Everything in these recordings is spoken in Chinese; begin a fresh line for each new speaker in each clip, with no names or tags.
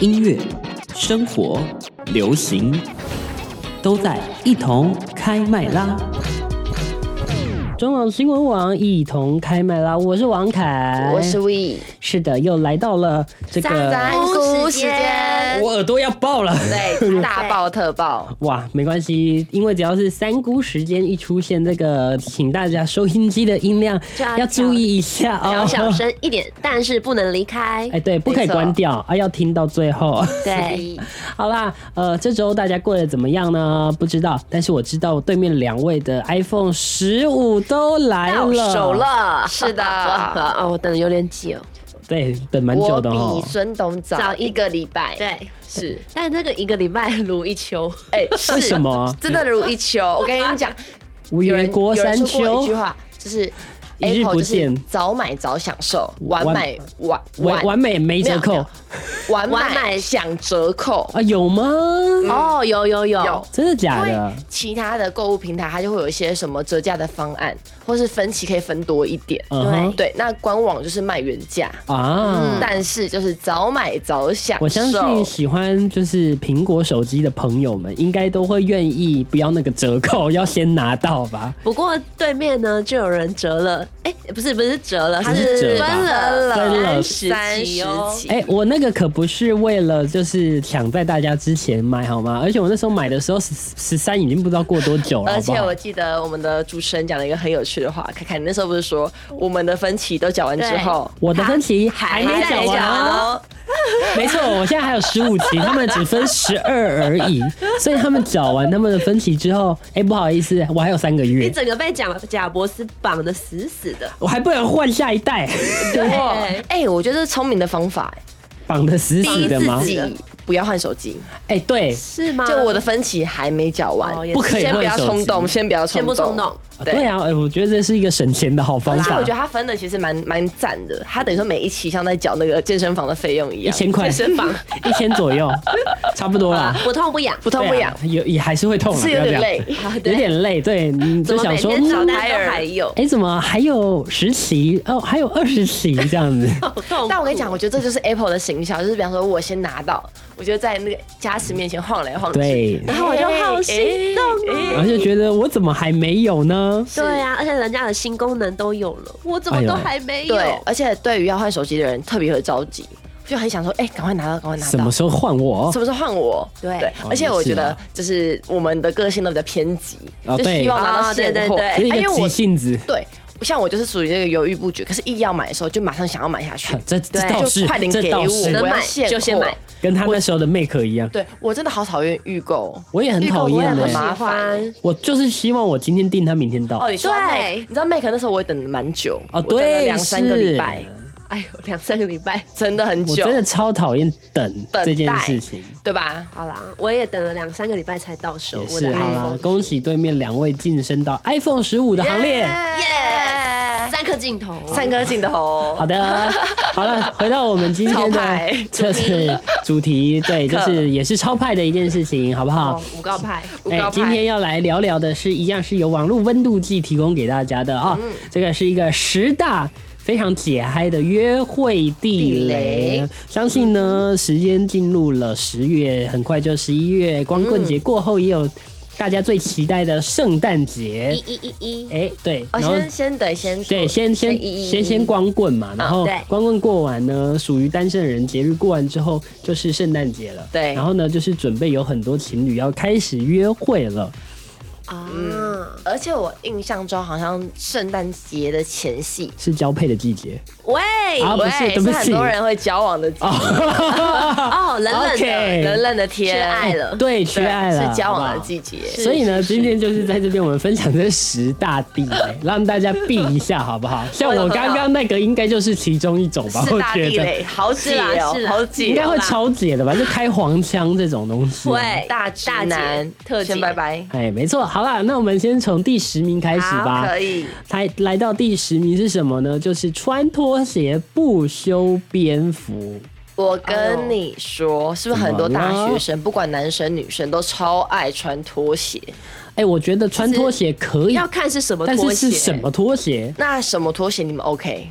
音乐、生活、流行，都在一同开麦啦！中广新闻网一同开麦啦！我是王凯，
我是 We，
是的，又来到了这
三
个，
姑时间，
我耳朵要爆了。
对，大爆特爆，
哇，没关系，因为只要是三姑时间一出现，这个请大家收音机的音量
就要
要注意一下
小
哦。
小声一点，但是不能离开。
哎，对，不可以
没错
关掉啊，要听到最后。
对，
好啦，呃，这周大家过得怎么样呢？不知道，但是我知道我对面两位的 iPhone 十五都来
到
了，
手。了，
是的
哦，我等的有点久。
对，等蛮久
我
的哦
比。孙董早
早
一
一
个礼拜，，
对，
是，
但那个一个礼拜如一秋，
哎，是
为什么
真的如一秋，我跟你讲，
无
有
缘
人
郭
有人
山
说过一句
丘，
话就是。
一日
Apple
不
就是
见
早买早享受，晚
晚
买晚
完完美没折扣啊？啊
晚
晚
买
买
享折扣。
有吗？
嗯
哦，有有
有
有，
真的
因
假
为
的？
其他的购物平台它就会有一些什么折价的方案，或是分期可以分多一点。
嗯哼
对，那官网就是卖原价，
啊，
但是就是早买早享受。
我相信喜欢就是苹果手机的朋友们，应该都会愿意不要那个折扣，要先拿到吧？
不过对面呢就有人折了，哎，不是不是折了，他
是折
是
吧
分了
分了
三十
30
几哦。
起
哎、我那个可不是为了就是抢在大家之前买好吗？而且我那时候买的时候十十三已经不知道过多久了，
而且
好不好
我记得我们的主持人讲了一个很有趣的话，凯凯，你那时候不是说我们的分期都缴完之后，
我的分歧还
还
没讲完哦。
哦，
没错，我现在还有十五期，他 们只分十二而已，所以他们缴完他们的分歧之后，哎、不好意思，我还有三个
你
月，
整个被贾贾博士绑得死死的，
我还不能换下一代，
对
对
哎、我觉得这是聪明的方法，
绑得死死的吗
自？
是
己
的
不要换手机，
哎、对，
是吗？
就我的分期还没缴完，
哦也
不可以
先不
换
要
手
冲
机。
动，先不要冲
先
动，
不冲动，
啊对啊，哎我觉得这是一个省钱的好方
而且
法
我觉得。他分的其实蛮蛮赞的，他等于说每一期像在缴那个健身房的费用一样，
1000块
健身房
一千左右，差不多啦。
不痛不痒，
不 痛不痒
对，啊，有也还是会痛啦，
是有
不要这样
点累，
有点累，对，你
怎
就
么
想
每
说，
天找
嗯
大家都还有？
哎，怎么还有十期哦，还有二十期这样子？
好痛苦
但我跟你讲，我觉得这就是 Apple 的行销，就是比方说，我先拿到，我就在那个加持面前晃来晃去，
对哎
然后我就好心
哎
动啊！
然后就觉得我怎么还没有呢？
对啊，而且人家的新功能都有了，我怎么
哎
都还没有？
对，而且对于要换手机的人特别会着急，就很想说，哎、赶快拿到，赶快拿到，
什么时候换我
什？么时候换我？
对
哦
而且我觉
也是
得
啊
就是我们的个性都比较偏激，
哦啊
就希望拿到
对
现货。
哦对对
只是一
哎因为
个急
我
性子，，
对，像我就是属于这个犹豫不决，可是一要买的时候就马上想要买下去
这这
对
倒是
就快点
这
给
倒
我，
是
能
我要
买
现
就先
货
买。
跟他那时候的 make 一样，
对我真的好讨厌预购，
我也很
预购
讨
我也
厌
很
欸
喜
麻
麻
烦
烦。
我就是希望我今天订，他明天到
哦，。你说到
对
Mac，你知道 Mac 那时候我也等了蛮久，
哦，
我等了
对，
两三个礼
是
拜，
哎呦，两三个礼拜，
真的很
我
久
真，的超讨厌等
等
这件
待
事情。
对吧？
好啦，我也等了两三个礼拜才到手
也
我
是
的
好
iPhone，
啦，恭喜对面两位晋升到 iPhone 十五的行列。
耶，三颗镜头，
三颗镜头，
好的，好了，回到我们今天
超
的
派
这次主题，对，就是也是超派的一件事情，好不好
哦？五告派，
五高派
哎今天要来聊聊的是一样是由网络温度计提供给大家的啊，这个是一个十大。非常解嗨的约会地
地
雷
雷，
相信呢，时间进入了十月，很快就十一月，光棍节过后也有大家最期待的圣诞节
一。一一一，
哎，对，
哦，
然后
先先等先说
对，先先
一一啊
先先光棍嘛，然后
对
光棍过完呢，属于单身人节日过完之后就是圣诞节了，
对
然后呢就是准备有很多情侣要开始约会了，
啊，
而且我印象中好像圣诞节的前夕，
是交配的季 节
喂，
啊，不是，
喂
对不
很
起，
多人会交往的节日，
哦，冷冷的，
OK
冷冷的天，
缺爱了，
对，啊缺
对
爱了，
是交往
好
的
不好
季节。
所以呢，今天就是在这边我们分享这十大地 雷，让大家避一下，好不好？像我刚刚那个应该就是其中一种吧，
是
我
大
觉
地
得
雷，好解
是
哦
啦是，啦
好解哦，
应该会
啦
超解的吧，就开黄腔这种东西啊，
会
大直男
大姐特
先
姐
拜拜，
哎，没错，好啦，那我们先从第十名开始吧。
可以，
来来到第十名是什么呢？就是穿拖鞋不修边幅。
我跟你说，是不是很多大学生，不管男生女生，都超爱穿拖鞋？
哎，我觉得穿拖鞋可以，
要看是什么
但
拖
是
鞋，
是什么拖鞋？
那什么拖鞋你们 OK？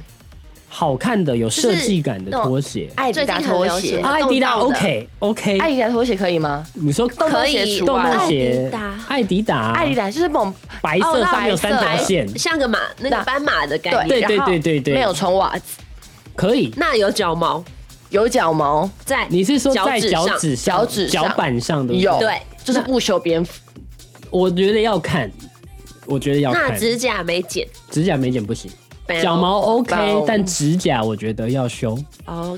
好看的、有设计感的拖鞋。
艾迪达拖鞋
最近很流行，
哦艾迪达
动荡的
OK OK，
艾迪达拖鞋可以吗？
你说
动
动
动
可以
鞋除
动
外
动，
鞋
艾迪
艾迪达、
达、
艾迪达就是那种
白
哦
色上面有三条线，
像个马那个斑马的概
对
念。
对
然后
对对对
没有穿袜子，
可以。
那有脚毛
有脚毛，
在，
你是说在脚
脚
趾
趾
上、
脚趾上
脚板上的？
有
对
就是不修边幅，
我觉得要看，我觉得要
那
看。
指甲没剪
指甲没剪不行，
没有
脚毛 OK，
包
但指甲我觉得要修。
？OK，
哦
嗯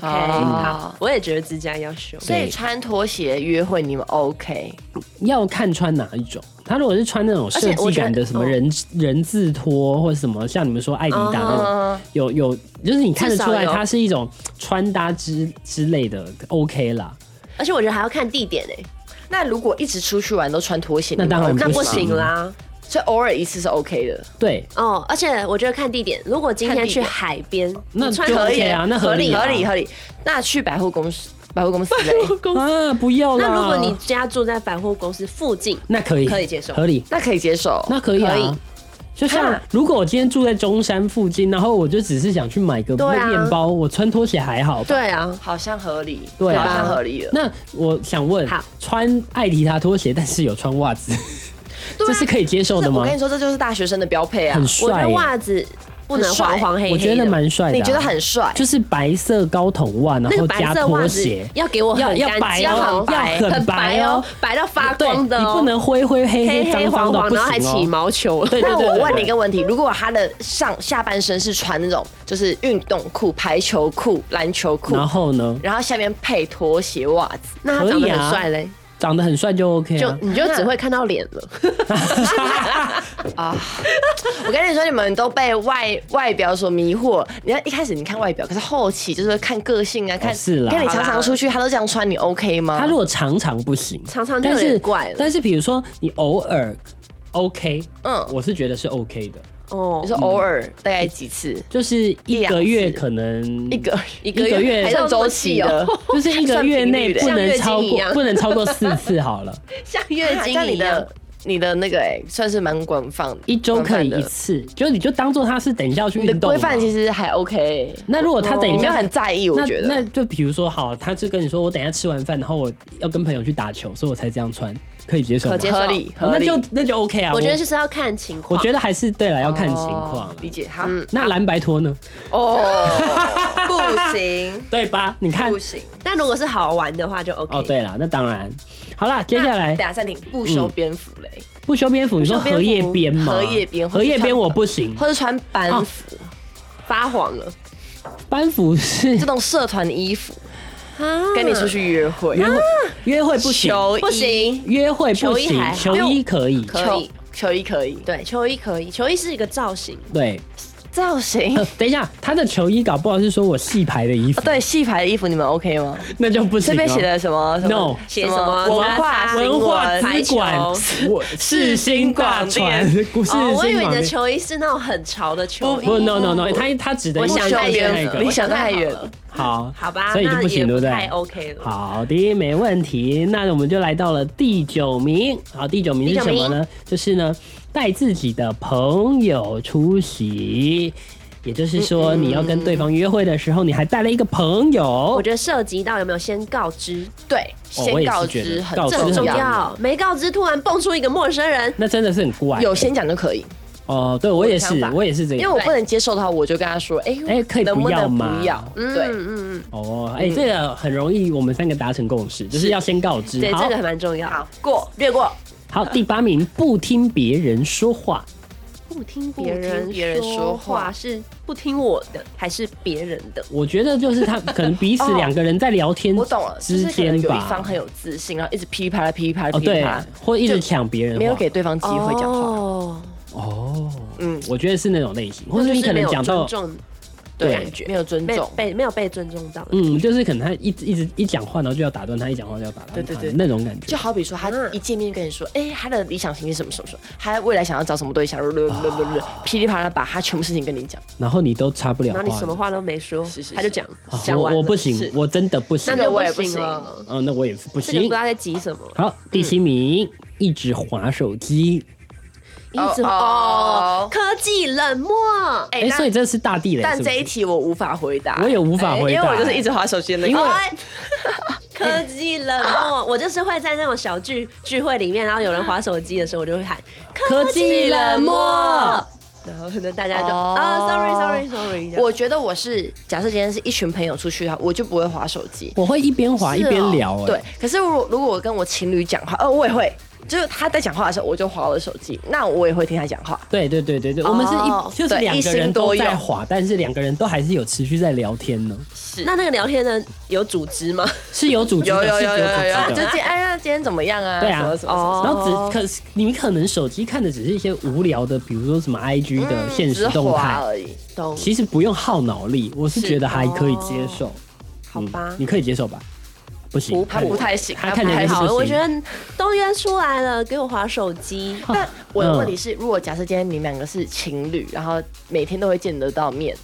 好，我也觉得指甲要修。
所
对
以穿拖鞋约会你们 OK？
要看穿哪一种。他如果是穿那种设
而且我
计
觉得哦
感的什么人、人字拖或者什么，像你们说艾迪达那种，
嗯，
有有，就是你看得出
至少
来，
有
它是一种穿搭之之类的 OK 啦。
而且我觉得还要看地点诶，
那如果一直出去玩都穿拖鞋，
那
你们
当然
OK
那
不
不
行
行啦。
所以偶尔一次是 OK 的。
对，
哦，而且我觉得看地点，如果今天
看地
去
点
海边，
那
你穿
就
合
OK
眼
啊，那合理啊
合理合理。那去百货公司， 百货公司嘞，
啊，不要啦。
那如果你家住在百货公司附近，
那可以
可以接受
合理，
那可以接受，
那可以啊。
可以。
就像
哈
如果我今天住在中山附近，然后我就只是想去买个
对啊
面包，我穿拖鞋还好吧。
对啊，
好像合理，
对啊
好像合理了。
那我想问
好，
穿艾迪达拖鞋，但是有穿袜子，
啊
这是可以接受的
这
吗
我跟？你说，这就是大学生的标配啊
很！
我觉
帅
得
耶，
袜子不能
很帅
黄黄黑黑
我
的，
觉得蛮帅的啊。
你觉得很帅，
就是白色高筒袜，然
那
后
个白
加
色袜
拖
子
鞋，
要给我很
要要
干
白
净
哦
很白，
要很
很
白
白
哦
哦，白到发
对
光的
你
哦，
不能灰灰黑
黑黑
脏
黄
脏的，
黄，
不
然后还
行
起
哦。
毛球。
对对
那
对
我
对
问
对
你一个问题：如果他的上下半身是穿那种就是运动裤、排球裤、篮球裤，
然后呢，
然后下面配拖鞋、袜子，
那他长得很帅嘞，
长得很帅就 OK
就
啊。
你就只会看到脸了。
我跟你说，你们都被外外表所迷惑。你要一开始你看外表，可是后期就是会看个性啊，看
哦是啦
跟你
好
常
啦
常出去，他都这样穿，你 OK 吗？
他如果常常不行，
常常就
但
有
是
点怪了
但是比如说你偶尔 OK，
嗯
我是觉得是 OK 的，
哦
你，说偶尔大概几次，
就是一
两
个
次
月可能
一个
嗯一个月
还是周期
哦
的，
就是一个
算
月
频率
内
的
不
像
能
月经
超
一
过
样
不能超过四次好 了，
像 月
啊
经
你
一样
的。你的那个哎、算是蛮广泛，
一周可以
广泛
一
的。
次，就你就当做他是等一下要去
你
运
的
动
规
嘛。
范其实还 OK，欸、
那如果他等
你
一
没有
下
哦
很在意，我
那
觉得。
那就比如说，好，他就跟你说，我等一下吃完饭，然后我要跟朋友去打球，所以我才这样穿，可以接受吗？
可接受
合理，
好
合
那
理。
就那就 OK 啊。
我觉得就是要看情
我，
况。
我觉得还是对了，要看情况
哦
啦。
理解哈。
嗯
那蓝白拖呢？
哦，不行，
对吧？你看
不，行，
但如果是好玩的话就 OK。
哦，对了，那当然。好啦，接下来
等下暂停，不修边幅嘞，
嗯
不修边幅，你说
不修边
荷
幅
叶边吗？
荷叶边
荷叶边我不行。
或者穿班服，
发黄了
班服是
这种社团的衣服，
啊
跟你出去约会，
约会，约会不行，
球衣
不，行。
约会不
球衣
行，
还好
球衣可以。
可以
球球衣可以，
对，球衣可以，球衣是一个造型，
对，
造型
呃，等一下，他的球衣搞不好是说我戏牌的衣服
哦，对，戏牌的衣服你们 OK 吗？
那就不行
这
哦。
边写的什么什
No
么
写什么
文化
文
文化
新闻
资管
排球，
我世新挂船， 不是
哦，我
世
以
新
为
挂
你的
船。
球衣是那种很潮的球衣，
不，no no no，他他指的
我
应该
想
是
太远
那
了
个
你想太远
我想太
了
好了。
好，
好吧，
所以就
那
不行，
也
对不对？
太 OK 了。
好的，没问题。那我们就来到了第九名。好，第九名是什么
第九
呢？就是呢，带自己的朋友出席，也就是说，你要跟对方约会的时候，你还带了一个朋友
嗯
我。觉得涉及到有没有先告知
对，
哦我
先
也是
告
觉得
知很
告知
这很
很
重
重
要，
要，没告知突然蹦出一个陌生人，
那真的是很怪
有先讲就可以，
哦，对我也是
我的想，法
我也是这
因为
样。
我不能接受的话，我就跟他说，哎
哎可以不
能不
要
能
吗
不要？对，
嗯嗯
哦，哎，这个很容易，我们三个达成共识，就是要先告知。
嗯，对，
好
这个还蛮重要。
好过略过，
好，第八名，不听别人说话，
不听
别人说话
是不听我的还是别人的？
我觉得就是他可能 彼此两个人在聊天
哦我懂了，就
之
是可能
间
有一方
吧，
很有自信，然后一直噼里啪啦噼里啪啦
哦
噼里
对
啪啦，，
或一直抢别人话，
没有给对方机会讲话。
哦，
哦，
嗯，
我觉得是那种类型，或
那
是
就
你可
没
能
有
讲到
尊，重，
对
感觉没有尊
没
重，
被没有被尊重到。
嗯，就是可能他一直一直一讲话，然后就要打断他，一讲话就要打断他，
对对对
那种感觉
就。好比说他一见面跟你说，哎，他的理想型是什么什么什么，他未来想要找什么对象，
啊
噼里啪啦把他全部事情跟你讲，
然后你都插不了
然后你什么
话
话都没说
是是，
他就讲
啊，
讲完
我
了
我不，行，我真的不行
那。
就
就
我也
不行啊
不行
了。
嗯，那我也不
这个不
行
知。道在急什么。
好，第七名，一直划手机，
一直
哦哦
哦，科技冷漠，
哎、
哎，
那
所以这是大地雷，
但
是不
这
是
一题我无法回答，哎
我也无法回答，
因为我就是一直划手机的那个。
因 为
哎科技冷漠，我就是会在那种小聚聚会里面，然后有人划手机的时候，我就会喊
科技冷漠，
然后呢，大家就
哦
啊，sorry sorry sorry，这样
我觉得我是假设今天是一群朋友出去啊，我就不会划手机，
我会一边滑一边聊、哎
哦对，，可是如果如果我跟我情侣讲话，呃，我也会，就是他在讲话的时候，我就划我的手机，那我也会听他讲话。
对对对对对，我们是
哦
一就是
对
两
一
个
心
人都
多用
在滑，但是两个人都还是有持续在聊天呢，
那那个聊天呢，有组织吗？
是有组织的，是有
啊
组织
就
的。
今天哎呀，今天怎么样啊？
对啊
什么什么什么
哦
然后只可你们可能手机看的只是一些无聊的，比如说什么 IG 的现实动
嗯只是滑
态，
而已。
懂？
其实不用耗脑力，我是
是
觉得还可以接受。嗯
好吧
你。可以接受吧？不行
不，
看
他不太行
他
他
看起来
不
就是
太
好，
不行
我觉得都约出来了，给我划手机。
但我的
嗯
问题是，如果假设今天你们两个是情侣，然后每天都会见得到面，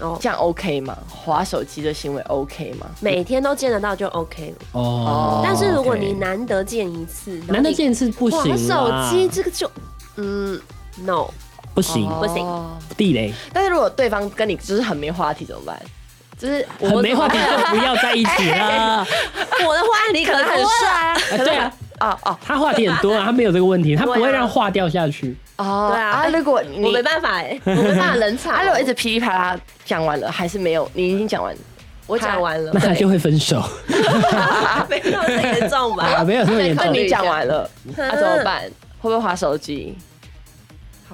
哦，
这样 OK 吗？划手机的行为 OK 吗？
每天都见得到就 OK 了。
哦。
哦
但是如果你
OK
难得见啊一次，然后
难得
你
见一次不
划
行啦，
手机这个就嗯 no，
不行，
哦
不行
地雷
但是如果对方跟你就是很没话题怎么办？就是我
很没话题就不要在一起啦。
我的话你可能很帅，
啊，
啊对啊，
哦哦
他话题很多啊，他没有这个问题，他不会让话掉下去。
哦，
对啊
啊，如果你
我没办法哎，我没办法冷 场。
啊，如果一直噼里啪啦讲完了，还是没有，你已经讲完，
我讲完了
那，他就会分手
没那么严重
啊，
吧？
没有这么严
那
重。
你讲完了，那、
嗯
怎么办？会不会划手机？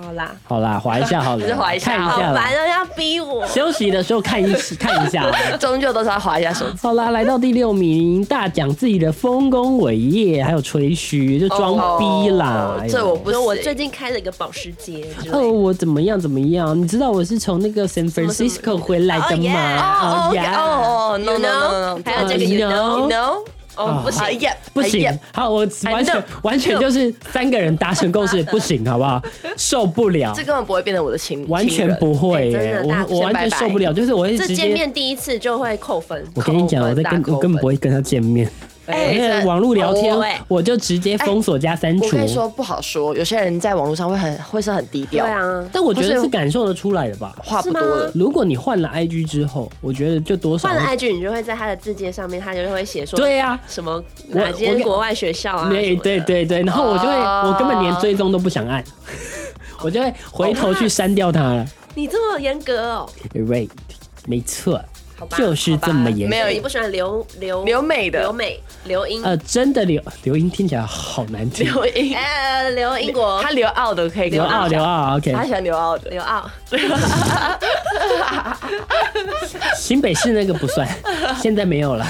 好啦，
好啦，划一下好
只是
了，
划一下
看一
好
下
烦
啦。
哦，要逼我。
休息的时候看一看一下啦。
终究都是要划一下手机。
好啦，来到第六名，大奖自己的丰功伟业，还有吹嘘，就装逼啦。
哦
哎呦
这我不
我说
行，
我最近开了一个保时捷之类
哦，
的，
我怎么样怎么样？你知道我是从那个 San
么什么
Francisco 回来的吗？
哦哦
呀
哦哦
You
，no no no
know，
no，
还有这个
you
you
know
know，
no，
啊
哦不
哎
行，
呀，
不
哎
行
呀，
好，我完全
no
完全就是三个人达成共 识，不行，好不好？受不了
这，根本不会变成我的情，
完
情
全
人
不会
哎真
耶
的，大
我我
先
完全
拜拜
受不了，就是我会
这
直
见
接，
面第一次就会扣分。
我跟你讲，
扣
我
分
在跟
大扣
我根本不会跟他见 面，
哎
因为
这
网络聊天
哦哎
我就直接封锁加删
我
除
跟你，说不好说，有些人在网络上会很会是很低
对
调，，
啊，
但我觉
不
得
是
是感受得出来的吧。
话不
是吗
多了。
如果你换了 IG 之后，我觉得就多少
换了
会
IG，你就会在他的字界上面，他就会写说
对呀。
什么
我
哪间国外学校啊？
对
什么的
对，对对，然后我就会，我
哦
根本连追踪都不想按，我就会回头去删掉它了。
你这么严格哦，
Right，没错，
好吧
就是这么严。
没有
你不喜欢留留
留美的
留美留英
呃，真的刘刘英听起来好难听。
留英，
呃留英 国
他留澳的可以跟
刘
我讲
傲，刘傲，OK。
他喜欢留澳的。
留澳
新北市那个不算，现在没有了。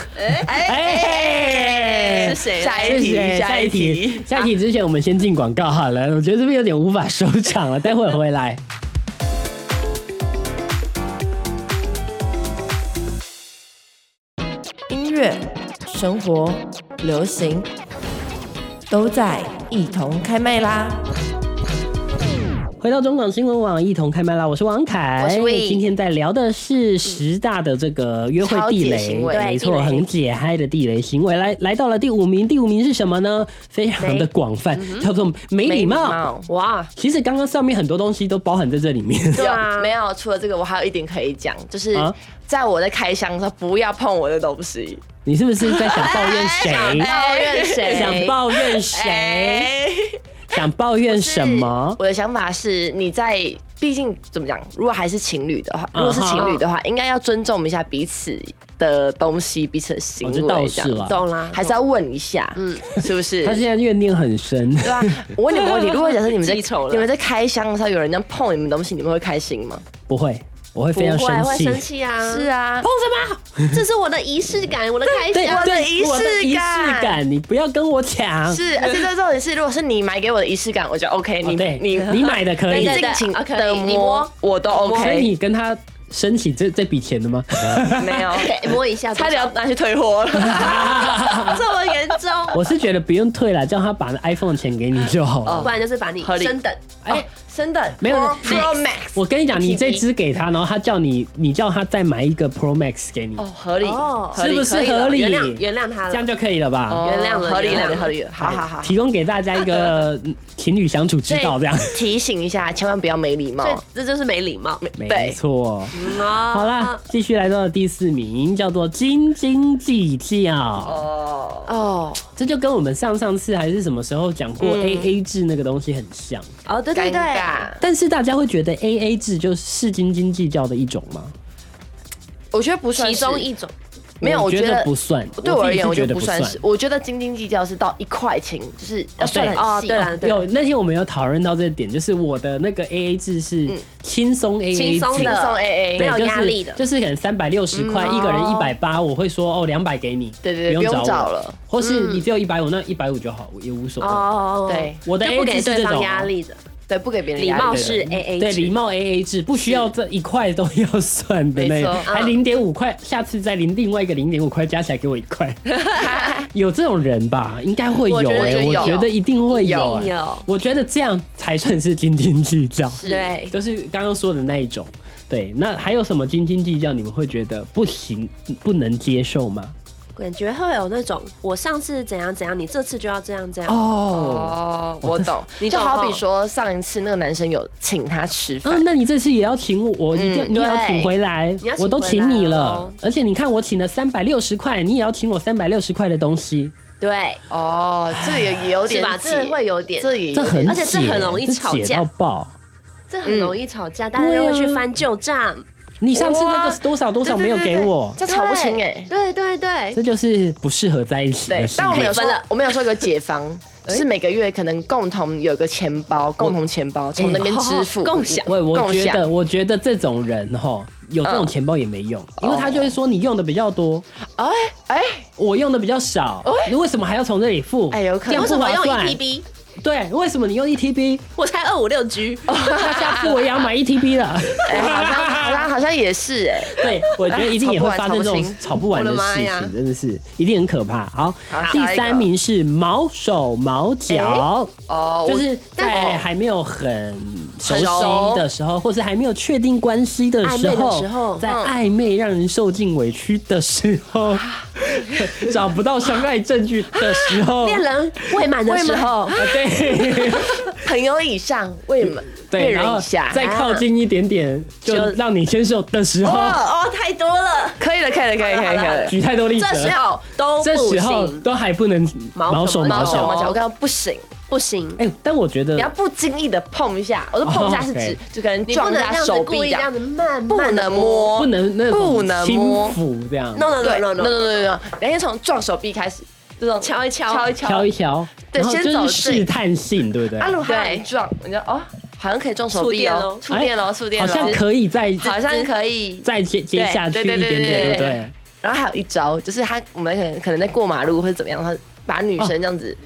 哎
是谁？
下一
谢谢
题，
下
下
一
一
题
题，
下一题之前我们先进广告好了， 我觉得这边有点无法收场了，待 会儿回来。
音乐、生活、流行，都在一同开麦啦！
回到中广新闻网，一同开麦啦！我是王凯，
我是 Wei
今天在聊的是十大的这个约会地
超解
雷，
行为
没错，
对地雷
很解嗨的地雷行为。来，来到了第五名，第五名是什么呢？非常的广泛，叫做没礼貌。，
哇，
其实刚刚上面很多东西都包含在这里面。
有
对啊
没有？除了这个，我还有一点可以讲，就是
啊
在我在开箱的时候，不要碰我的东西。
你是不是在想抱怨 谁？
抱怨谁？
想抱怨谁？
哎，
想抱怨什么？
我的想法是，你在。毕竟怎么讲，如果还是情侣的话，
嗯
如果是情侣的话，应该要尊重一下彼此的东西、彼此的行
哦
为，
这
这
倒
样
是啦
懂啦，
还是要问一下，嗯，是不是？
他现在怨念很深。
对啊，我问你们问题，如果假设你们在
记仇了
你们在开箱的时候，有人这样碰你们东西，你们会开心吗？
不会，我会
不
非常
会会
生气
生。气啊！
是，啊，
这是我的仪式感，我的开啊
对
销。
对，
我
我
的
的仪
仪式
式
感
感，你不要跟我抢。
是，啊而且这重点是，如果是你买给我的仪式感，我就 OK，
哦
你
对
你
你买的可以
你
对对
尽
对
情
啊可以
的
你
摸
摸，
我都
所以
OK，
你跟他申请这这笔钱的吗？
没有，
哎摸一下，
差点要拿去退货了。
这么严重。
我是觉得不用退了，叫他把 iPhone 钱给你就好了。
不然就是把你
合理
升等。
哎，真的
没有
Pro-
没有
Pro Max，
我跟你讲，
便宜
你这支给他，然后他叫你，你叫他再买一个 Pro Max 给你，
哦，合理，
哦
合理
是不是
可以了
合理
原谅原谅他
这
了
样。就可以了吧？
哦
原谅了
合理
原谅
合
了
理合理，好好好。
提供给大家一个 嗯情侣相处之道，这样
所以提醒一下，千万不要没礼貌
所。以这就是没礼貌。
没错。
嗯哦
好啦，继续来到了第四名，叫做斤斤计较。
哦哦，
这就跟我们上上次还是什么时候讲过 A A 制那个东西很像，
哦，对
尴
对对，
尬。
但是大家会觉得 A A 制就是是斤斤计较的一种吗？
我觉得不算
其
是
中一种
没有，
我
我
觉
觉
得
得
不算
对我
我自
而
己
言，
是
我
觉
觉
得
得
不
不
算
算是。我觉得斤斤计较是到一块钱，就是要算得
哦
很细。
对了对啦
有那天我们有讨论到这个点，就是我的那个 A A 制是轻松 A A 制，
轻松
轻
的
松
对
AA，
没有
就是
压力的
就是可能三百六十块，
嗯
一个人一
哦
百八，我会说哦两百给你，
对对对
不用
不
找
用找
我
了，
或是你只有一百五，那一百五就好，我也无所谓。
哦，
对
我的
就不
A
给
制是
对
这种
方
啊
压力的，
对，不给别人
礼
压力
貌
对
是
对
AA
对
制
礼貌 AA 制，不需要这一块都要算的那
没错
种，还零点五块，下次再零另外一个零点五块加起来给我一块， 有这种人吧？应该会有
我觉得
哎、
就
我
有
觉得一定会有、
一定
哎
有
我觉得这样才算是斤斤计较，
对，
就是刚刚说的那一种。对，那还有什么斤斤计较？你们会觉得不行、不能接受吗？
感觉会有那种我上次怎样怎样，你这次就要这样这样。
哦，
哦，我懂，
你
就
懂
好
哦
比说上一次那个男生有请他吃
嗯、
饭，
那你这次也要请我，我一定、
嗯
你也要请
对
回来
你要，请
我都
回
请
来
你了
哦。
而且你看，我请了三百六十块，你也要请我三百六十块的东西。
对，
哦，这个也也有点
是吧
解
这会有点
这也有
这
点
很
而且这
解
很容易
这
吵
解
架
到爆。
这很容易吵架，大家都会去翻旧账。
你上次那
哇
个多少多少没有给我，
这吵不清哎。
对对对，
这就是不适合在一起
对
的，事
但我们有
情。
说
分了，
我们有说有个解 方，就是每个月可能共同有个钱包，共同钱包从那边支付
哦共享嗯
我我
共
觉
享
得，我觉得这种人哈，有这种钱包也没用，
哦
因为他就会说你用的比较多，
哎哎
我用的比较少，
哦
你为什么还要从这里付？
哎有可能
这样
为
不
什么
划
用
算
E。TB？
对，为什么你用 E ETB？
我才二五六 G，
那下次我也要买 ETB 了。
哎，好像好像哎好像也是哎，
对，我觉得一定也会发生这种吵不完的
我的
事
妈呀
情，真的是一定很可怕。好，
好
第
下一个
三名是毛手毛脚，
哦我
就是在还没有很熟悉的时候，或是还没有确定关系的时
暧昧
候，
的时候
嗯
在暧昧让人受尽委屈的时 候，找不到相爱证据的时候，
恋人未满的时候
啊， 对
朋友以上未满
对，
恋
然
人
后
以下，啊
再靠近一点点，就
就
让你牵手的时候，
哦哦，太多了，
可以了，可以了，可以了，可以了可以了。
举太多例子
这
了。
时候都
这
不
时候
行，
都还不能毛手毛
毛手
脚。
毛脚，我刚刚不行，
不行，
哎、但我觉
你要
得
不经意的碰一下，我说碰一下是
哦
指
，OK
就可能
你不
撞一
能这
下
样子
手
故
臂
意
这
这样
样，
子慢
不
慢的
能。摸，
不能那种
不能
轻
摸
抚这样，
No no
对
no
，no
no
no no no
no，
no，你先从撞手臂开始，这种
敲一敲
敲一
敲
敲
一。敲，
对
然后
先
就
走啊
是试探性，对不对？
阿鲁还
对
很撞，你就哦，好像可以撞手臂哦，
哎
触电喽，触电
好
喽，
像可以再
好像可以。
再接接下去一
对
点
对对
点，
对
对
对
不对？
然后还有一招，就是他我们可能可能在过马路或者怎么样，他把女生这样子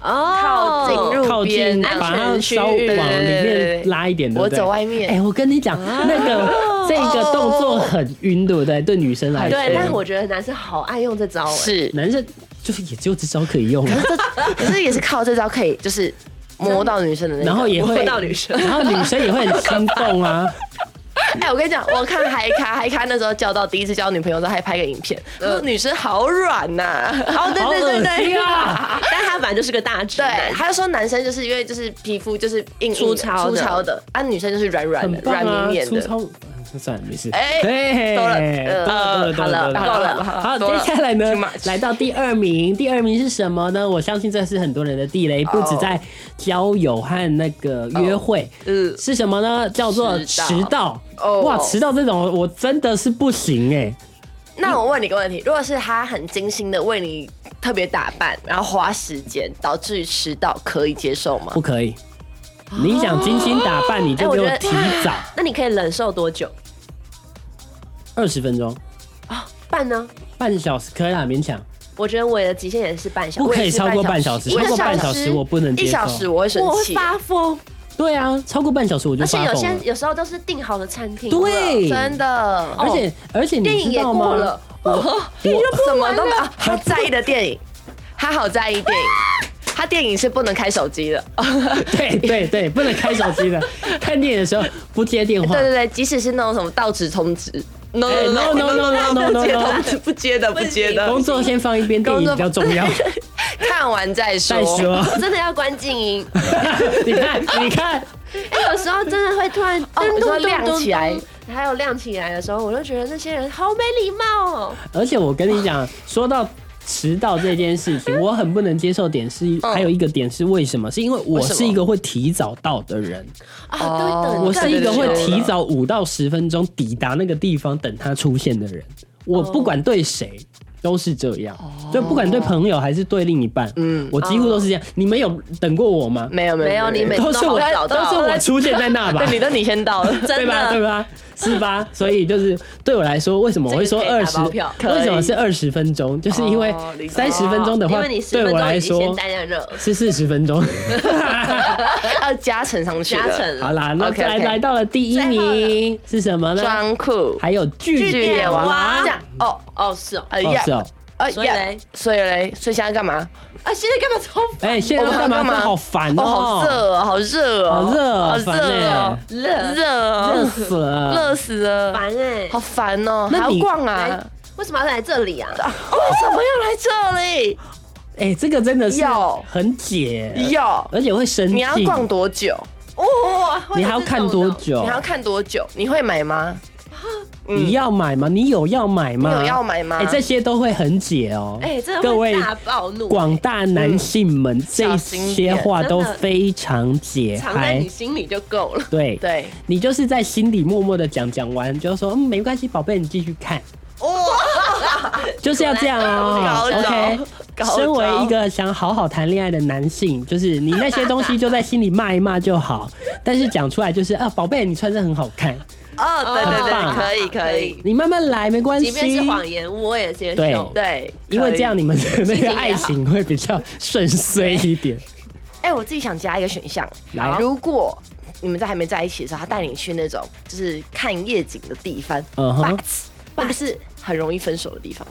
哦，
靠近入
靠近，
边
安
把它
全区域
稍往里
对对对对对
面拉一点，对不对？
我走外面啊哦
哎、我跟你讲，那个这个动作很晕，对不对？对女生来说，
对，但是我觉得男生好爱用这招哎，
是，
男生就是也只有这招可以用了。
可是也是靠这招可以就是摸到女生的那个。
然后也会
摸到女生
然后女生也会很 心动啊。
哎，我跟你讲，我看嗨咖嗨咖那时候交到第一次交女朋友之后，还拍个影片，说女生好软呐、
哦，对对对
好恶
对
心啊，
但他反正就是个大直
对
男，，
他就说男生就是因为就是皮肤就是硬硬的
粗糙
粗
的
糙的，啊女生就是软软的
很、棒
软
啊，
绵绵
粗
的。
糙。嗯算了，没事。
哎
哎
够了
了，
呃
够了，
好
够
了够
了
了
够了。
好
好，
多
接
了
下来呢
Too，much
来到第二名，第二名是什么呢？我相信这是很多人的地雷，不止在交友和那个约会，
嗯
是什么呢？叫做迟
迟到
到。
哦
哇，迟到这种我真的是不行哎。
那我问你个问题，如果是他很精心的为你特别打扮，然后花时间导致于迟到，可以接受吗
不？可以。
哦
你想精心打扮，你就
哎
给我
我觉得
提早
那你可以忍受多久？
二十分钟，
半呢？
半小时可以啦，勉强。
我觉得我的极限也是半小时，
不可以超过半小时，
我
超
也是
过半
半
小
小
时
时
我不能接
一
受。
小时我会生
我会
气，
发疯，
对啊，超过半小时我就
而且
发
有
疯
些
了。
有时候都是订好的餐厅，
对，
真的。
而且而且你
电影
知
也
道
过
吗
了？，
我
什么都没有，啊他在意的电影，他好在意电影，他电影是不能开手机的。
对对对，不能开手机的，看电影的时候不接电话
对。对对，即使是那种什么到址通知，no
哎
no
no, no, no, no, no, no,
不接
no
通知不接的不接的
工，作先放一边，电影比较重要。
看完再 说。
再说，
我真的要关静音。
你看，你看，
哎、有时候真的会突然
哦
灯
你说
咚
亮
咚咚
起来
咚，还有亮起来的时候，我就觉得那些人好没礼貌哦。
而且我跟你讲，说到迟到这件事情，我很不能接受点是，还有一个点是为什么？是因为我
为什么
是一个会提早到的人，
啊，
哦
都会等
我是一个会
更久
提早五到十分钟抵达那个地方等他出现的人。
哦
我不管对谁都是这样，就不管对朋友还是对另一半，嗯，我几乎都是这样。你们有等过我吗？
没有没有
哦没有你每次
都是
好
我
早
都
到
是我出现在那吧
对，？你都你先到了，
真
对吧？
的
对吧？是吧？所以就是对我来说，为什么我会说
这
二
个
十
可以打包票？
为什么是二十分钟？就是因为
哦理解
三十分钟的
因
话
为你，十
对
分
我
钟
来
已经先
说
待在那了，
是四十 分钟。
要加成上去的。
加成
好啦，那
OK，OK
再来来到了第一名是什么呢？
装酷，
还有巨
巨野
王。
王
这
这
样
样，
哦哦是哦，
哎
哦
呀
是，哦，
哎
所以嘞，
所以嘞，所以现在干嘛？
啊现在干嘛超烦
哎，现在
我们
干嘛？
干
这
嘛
好烦
哦，好
哦，
热哦，好热哦，
好热哦
好
烦
热哦
欸，
热
热
热
哦，
死了。
热死了，
烦哎
好，烦哦，还
那
要
你
逛
来
啊？哦
为什么要来这里啊？
为什么要来这里？
哎，这个真的是
要
很解，
要
而且会生气。
你要逛多久？
哦，
你还要看多？久
你还？要看多久？你会买吗？
你要买吗？你有要买吗？
嗯你有要买吗
哎、这些都会很解哦。
哎，真的
各
会
位
大暴怒，
广大男性们，这
嗯小心一
些
点
话都
真的
非常解
藏在
嗨
你。心里就够了。
对，
对，
你就是在心里默默的讲，讲完就说、嗯、没关系，宝贝，你继续看。哦， 就是要这样哦。
高招
OK，
高招
身为一个想好好谈恋爱的男性，就是你那些东西就在心里骂一骂就 好，但是讲出来就是啊，宝贝，你穿着很好看，
哦，对对
很棒
对，可以可以，
你慢慢来，没关系。
即便是谎言，我也接
对
受。
对，
因为这样
可以。
你们的那个爱情会比较顺遂一点。
哎，我自己想加一个选项
来啊，
如果。你们在还没在一起的时候，他带你去那种就是看夜景的地方，
嗯
啊
哼，
那不是很容易分手的地方，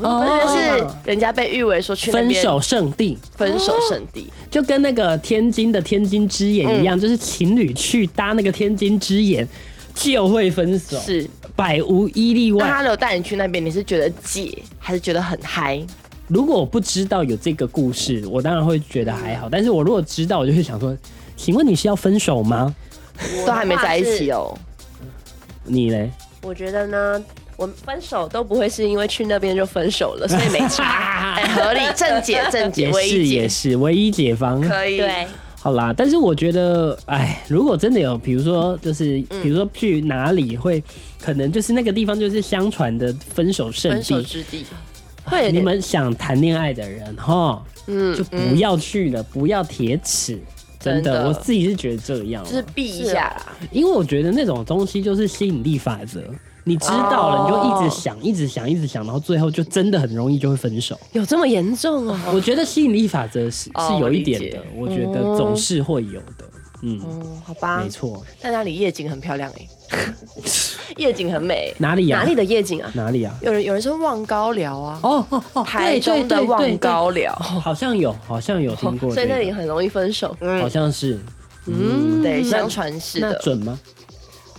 哦
但是人家被誉为说去那
分
边
手圣地，
分手圣地，
就跟那个天津的天津之眼一
嗯
样，就是情侣去搭那个天津之眼就会分手，
是
百无一例
那他
外。
如果带你去那边，你是觉得解还是觉得很嗨？
如果我不知道有这个故事，我当然会觉得还好。但是我如果知道，我就会想说，请问你是要分手吗？
都还没在一起哦，
你嘞？
我觉得呢，我分手都不会是因为去那边就分手了，所以没 差。
哎，合理正解正解，
也
唯
是
一解
也是，唯一解方。
可以，
对，
好啦，但是我觉得，哎，如果真的有，比如说，就是
嗯
比如说去哪里会，可能就是那个地方就是相传的分手圣
分手
地。
之地。
会有
你
点
们想谈恋爱的人，哈，就不要去了，不要铁齿。真
嗯真
的，
的
我自己是觉得这样啊，
就是避一下啦，
因为我觉得那种东西就是吸引力法则，你知道了，
哦
你就一直想，一直想，一直想，然后最后就真的很容易就会分手。
有这么严重哦？
我觉得吸引力法则是
哦
是有一点
我理
的
解，
我觉得总是会有的，嗯，
嗯，好吧
没，错。
但那里夜景很漂亮哎，夜景很美。
哪里呀、
哪里的夜景啊？
哪里啊？
有人有人说望高寮啊，
哦哦哦，
台中的望高寮，
好像有，好像有听过、
所
这
以
个
那里很容易分手。
好
嗯，
像是，
对，相传是
那
的，
准吗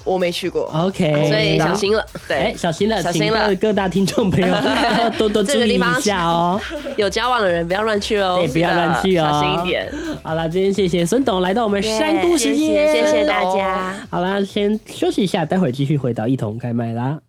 我没去过，
？OK，
所以
那
小。心了，
哎，
对，
小心了，
小心
请
了
各各大听众 朋友要多多注
这个
意
地方
一下 哦。
有交往的人不要乱去哦
哎，。不要乱去哦，
小心一点。
好了，今天谢谢孙董来到我们山都时间，
谢谢大家。
好啦，先休息一下，待会儿继续回到一同开麦啦。